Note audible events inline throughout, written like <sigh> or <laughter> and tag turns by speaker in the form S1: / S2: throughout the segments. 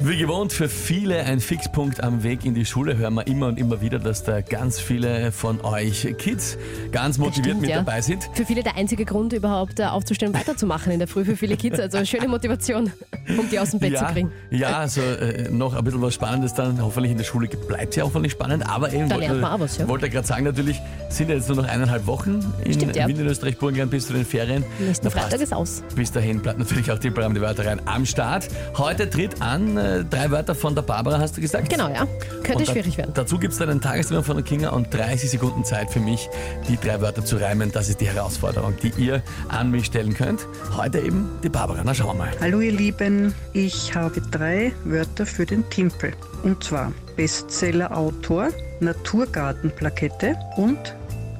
S1: Wie gewohnt, für viele ein Fixpunkt am Weg in die Schule hören wir immer und immer wieder, dass da ganz viele von euch Kids ganz motiviert
S2: stimmt,
S1: mit
S2: ja.
S1: dabei sind.
S2: Für viele der einzige Grund, überhaupt äh, aufzustehen und weiterzumachen in der Früh für viele Kids. Also schöne Motivation, um die aus dem Bett zu
S1: Ja,
S2: kriegen.
S1: ja, also äh, noch ein bisschen was Spannendes dann hoffentlich in der Schule gibt. Bleibt ja hoffentlich spannend, aber eben
S2: Da
S1: wollte-
S2: lernt man auch was, ja.
S1: wollte gerade sagen, natürlich sind ja jetzt nur noch eineinhalb Wochen in
S2: Stimmt, ja.
S1: Wien in Österreich, Burgenland bis zu den Ferien.
S2: Nächsten
S1: Na,
S2: Freitag
S1: passt.
S2: ist aus.
S1: Bis dahin bleibt natürlich auch die Programm die Wörter rein am Start. Heute tritt an, äh, drei Wörter von der Barbara, hast du gesagt?
S2: Genau, ja. Könnte
S1: Und da-
S2: schwierig werden.
S1: Dazu gibt es dann einen Tagestraum von der Kinga und 30 Sekunden Zeit für mich, die drei Wörter zu reimen. Das ist die Herausforderung, die ihr an mich stellen könnt. Heute eben die Barbara. Na schauen wir mal.
S3: Hallo ihr Lieben, ich habe drei Wörter für den Timpel. Und zwar Bestseller-Autor, Naturgartenplakette und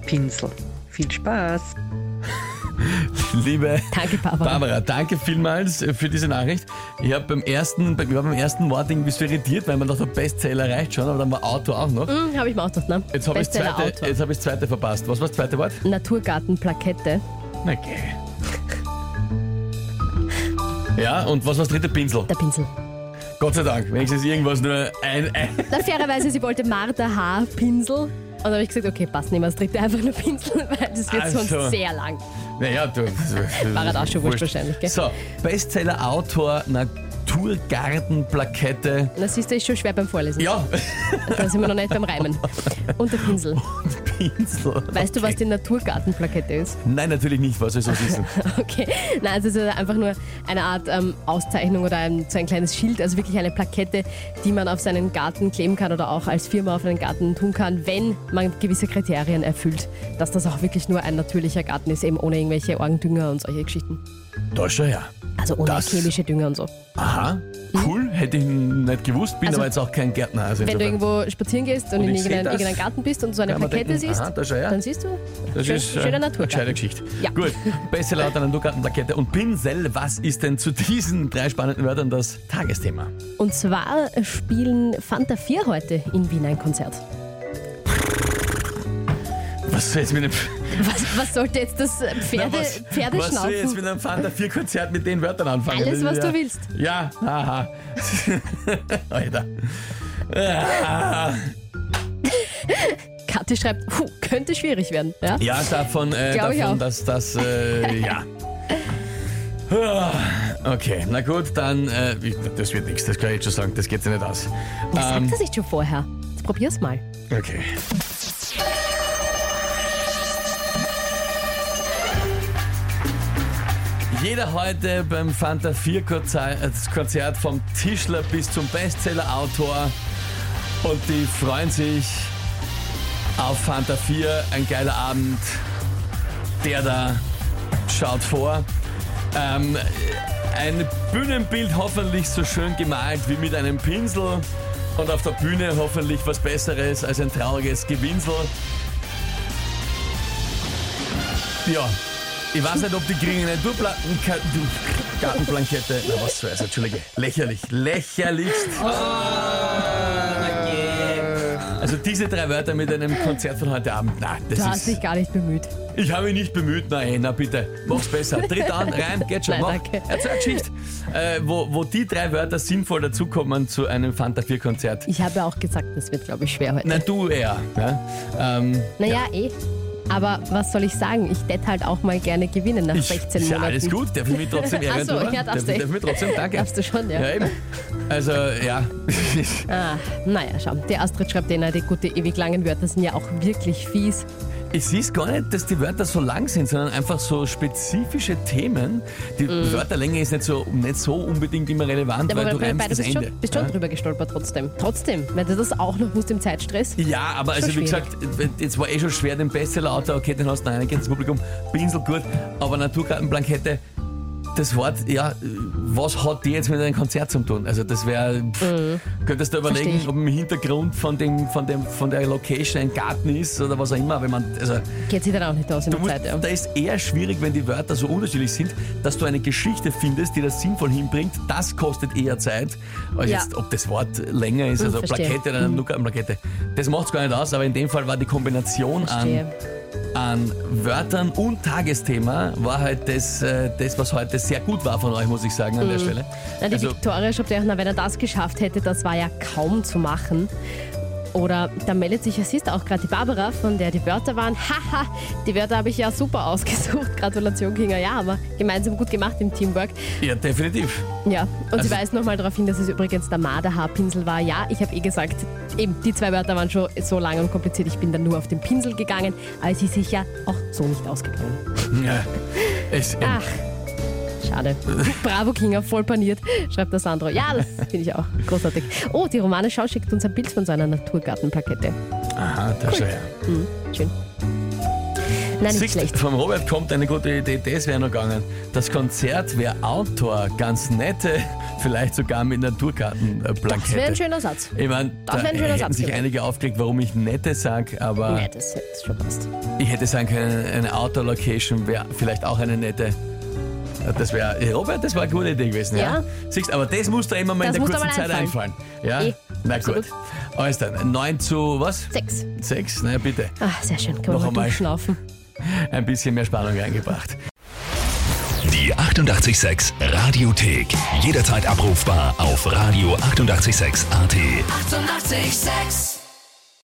S3: Pinsel. Viel Spaß!
S1: Liebe
S2: Danke, Barbara.
S1: Barbara, danke vielmals für diese Nachricht. Ich habe beim ersten, ich war beim ersten Wort irgendwie so irritiert, weil man dachte, Bestseller reicht schon, aber dann war Auto auch noch.
S2: Hm, habe ich mir auch gedacht, ne?
S1: Jetzt habe ich das
S2: Bestseller
S1: zweite, äh,
S2: Autor.
S1: jetzt hab ich's zweite verpasst. Was war das zweite Wort?
S2: Naturgartenplakette.
S1: Na okay. Ja, und was war das dritte Pinsel?
S2: Der Pinsel.
S1: Gott sei Dank, wenigstens irgendwas nur ein, ein
S2: Na, fairerweise, sie wollte Martha H. Pinsel. Und dann habe ich gesagt, okay, passt, nehmen wir das dritte einfach nur Pinsel, <laughs> weil das wird
S1: Also.
S2: sonst sehr lang.
S1: Naja, du.
S2: War halt auch schon wurscht wahrscheinlich, gell?
S1: So, Bestseller, Autor, Naturgarten, Plakette.
S2: Na, siehst du, ist schon schwer beim Vorlesen.
S1: Ja, <laughs>
S2: Da sind wir noch nicht beim Reimen. Und der Pinsel.
S1: Pinsel.
S2: Weißt du, was die Naturgartenplakette ist?
S1: Nein, natürlich nicht, was soll ich so wissen?
S2: Okay. Nein, also es ist einfach nur eine Art ähm, Auszeichnung oder ein, so ein kleines Schild, also wirklich eine Plakette, die man auf seinen Garten kleben kann oder auch als Firma auf einen Garten tun kann, wenn man gewisse Kriterien erfüllt, dass das auch wirklich nur ein natürlicher Garten ist, eben ohne irgendwelche Orgendünger und solche Geschichten.
S1: Da schon ja.
S2: Also ohne
S1: Das-
S2: chemische Dünger und so.
S1: Aha, cool, hätte ich nicht gewusst, bin
S2: Also,
S1: aber jetzt auch kein Gärtner. Also
S2: Wenn du
S1: insofern-
S2: irgendwo spazieren gehst und,
S1: Und
S2: in
S1: ich seh
S2: irgendeinen,
S1: das,
S2: irgendeinen Garten bist und so eine
S1: kann man
S2: Plakette
S1: denken,
S2: siehst,
S1: aha, da schau her.
S2: dann siehst du,
S1: das
S2: schön,
S1: ist äh,
S2: schöner
S1: eine
S2: Naturgarten.
S1: gescheite Geschichte.
S2: Ja.
S1: Gut, Bestseller, Autor, Naturgarten, Plakette und Pinsel. Was ist denn zu diesen drei spannenden Wörtern das Tagesthema?
S2: Und zwar spielen Fanta 4 heute in Wien ein Konzert.
S1: Was soll jetzt mit dem...
S2: Was, was sollte jetzt das Pferde,
S1: Na, was, was soll ich jetzt
S2: Pferdeschnaufen?
S1: mit einem Fanta 4 Konzert mit den Wörtern anfangen?
S2: Alles,
S1: Das
S2: was
S1: ist
S2: du willst.
S1: Ja, haha. <laughs> Alter. Ah.
S2: Kathi schreibt, puh, könnte schwierig werden. Ja?
S1: Ja, davon, äh,
S2: Glaub ich
S1: davon
S2: auch.
S1: dass das, äh, ja. Ah, Okay, na gut, dann, äh, ich, das wird nichts, das kann ich jetzt schon sagen, das geht sich nicht aus.
S2: Ja, sag
S1: Ähm.
S2: das nicht schon vorher. Jetzt probier's mal.
S1: Okay. Jeder heute beim Fanta 4 Konzer- äh, Konzert vom Tischler bis zum Bestseller-Autor und die freuen sich auf Fanta 4. Ein geiler Abend. Der da schaut vor. Ähm, ein Bühnenbild hoffentlich so schön gemalt wie mit einem Pinsel und auf der Bühne hoffentlich was Besseres als ein trauriges Gewinsel. Ja, ich weiß nicht, ob die kriegen eine Durplatten du- Gartenplankette. Na was soll's, Entschuldige. Lächerlich, lächerlichst.
S2: Ah,
S1: Also diese drei Wörter mit einem Konzert von heute Abend. Na, das
S2: Du
S1: ist.
S2: hast dich gar nicht bemüht.
S1: Ich habe mich nicht bemüht, nein, na bitte, mach's besser. Tritt an, rein, geht schon,
S2: <laughs> Nein,
S1: mach.
S2: danke.
S1: Erzähl eine Geschichte, äh, wo, wo die drei Wörter sinnvoll dazukommen zu einem Fanta 4 Konzert.
S2: Ich habe ja auch gesagt, das wird, glaube ich, schwer heute.
S1: Na du eher. Ne? Ähm,
S2: naja, eh. Aber was soll ich sagen? Ich hätte halt auch mal gerne gewinnen nach 16
S1: ja,
S2: Monaten.
S1: alles gut, darf ich mich
S2: <laughs>
S1: trotzdem ehren,
S2: Ach so,
S1: oder?
S2: ja, darfst
S1: darf, darf
S2: du.
S1: ich mich trotzdem, danke.
S2: Darfst du schon, ja.
S1: Ja, eben. Also, ja. <laughs>
S2: Ah, naja, schau. Die Astrid schreibt denen, die gute ewig langen Wörter sind ja auch wirklich fies.
S1: Ich sehe es gar nicht, dass die Wörter so lang sind, sondern einfach so spezifische Themen. Die
S2: Mhm.
S1: Wörterlänge ist nicht so, nicht so unbedingt immer relevant, weil du
S2: bei- bei-
S1: reimst das
S2: bist
S1: Ende.
S2: schon, bist schon
S1: Ja?
S2: drüber gestolpert trotzdem. Trotzdem, wenn du das auch noch musst im Zeitstress.
S1: Ja, aber
S2: Schon
S1: also wie
S2: schwierig.
S1: gesagt, jetzt war eh schon schwer, den Bestseller-Autor, okay, den hast du noch ins Publikum, Pinsel gut, aber Naturgartenplankette, das Wort, ja, was hat die jetzt mit einem Konzert zu tun? Also das wäre, mhm. könntest du überlegen,
S2: Versteh ich.
S1: ob im Hintergrund von, dem, von, dem, von der Location ein Garten ist oder was auch immer, wenn man, also
S2: Geht sich dann auch nicht aus in
S1: du
S2: der
S1: musst,
S2: Zeit. Ja.
S1: da ist eher schwierig, wenn die Wörter so unterschiedlich sind, dass du eine Geschichte findest, die das sinnvoll hinbringt, das kostet eher Zeit, als
S2: Ja.
S1: jetzt, ob das Wort länger ist,
S2: Mhm,
S1: also
S2: verstehe.
S1: Plakette oder eine Nuka-Plakette. Das macht's gar nicht aus, aber in dem Fall war die Kombination an,
S2: Verstehe.
S1: an Wörtern und Tagesthema war halt das, äh, das, was heute sehr gut war von euch, muss ich sagen, an der Stelle.
S2: Mhm. Na, die
S1: Also,
S2: Viktoria schreibt ja, auch, na, wenn er das geschafft hätte, das war ja kaum zu machen. Oder da meldet sich, es ist auch gerade die Barbara, von der die Wörter waren. <laughs> Haha, die Wörter habe ich ja super ausgesucht. <laughs> Gratulation, Kinga. Ja, aber gemeinsam gut gemacht im Teamwork.
S1: ja, definitiv.
S2: Ja, und sie
S1: Also-
S2: weist nochmal darauf hin, dass es übrigens der Marderhaarpinsel war. Ja, ich habe eh gesagt, eben die zwei Wörter waren schon so lang und kompliziert. Ich bin dann nur auf den Pinsel gegangen, aber sie ist sich ja auch so nicht ausgegangen.
S1: Ja. Ich,
S2: Ach, schade.
S1: <laughs>
S2: Bravo, Kinga, voll paniert, schreibt der Sandro. Ja, das finde ich auch großartig. Oh, die Romane Schau schickt uns ein Bild von seiner Naturgartenplakette.
S1: aha, da schon ja.
S2: Schön. Nein, nicht
S1: Sicht
S2: schlecht.
S1: vom Robert kommt eine gute Idee, das wäre noch gegangen. Das Konzert wäre Outdoor, ganz nette, <laughs> vielleicht sogar mit
S2: Das wäre ein
S1: Naturkartenplakette.
S2: schöner Satz.
S1: Ich meine,
S2: Das
S1: da
S2: wär ein schöner
S1: hätten
S2: Satz
S1: sich
S2: gewesen.
S1: einige aufgeregt, warum ich nette sage, aber
S2: Ja, das hätte schon passt.
S1: ich hätte sagen können, eine Outdoor-Location wäre vielleicht auch eine nette. Das wäre, Robert, das war eine gute Idee gewesen, ja?
S2: Ja.
S1: Siehst, aber das muss da immer mal in
S2: Das
S1: der
S2: muss da
S1: kurzen
S2: mal
S1: Zeit
S2: einfallen.
S1: einfallen. Ja?
S2: Eh,
S1: Na
S2: absolut.
S1: gut. Alles dann, 9 zu was?
S2: Sechs.
S1: Sechs, na bitte.
S2: Ach, sehr schön. Können
S1: Noch
S2: wir mal
S1: einmal.
S2: durchschnaufen.
S1: Ein bisschen mehr Spannung reingebracht.
S4: Die 886 Radiothek. Jederzeit abrufbar auf radio886.at. 886!
S5: 886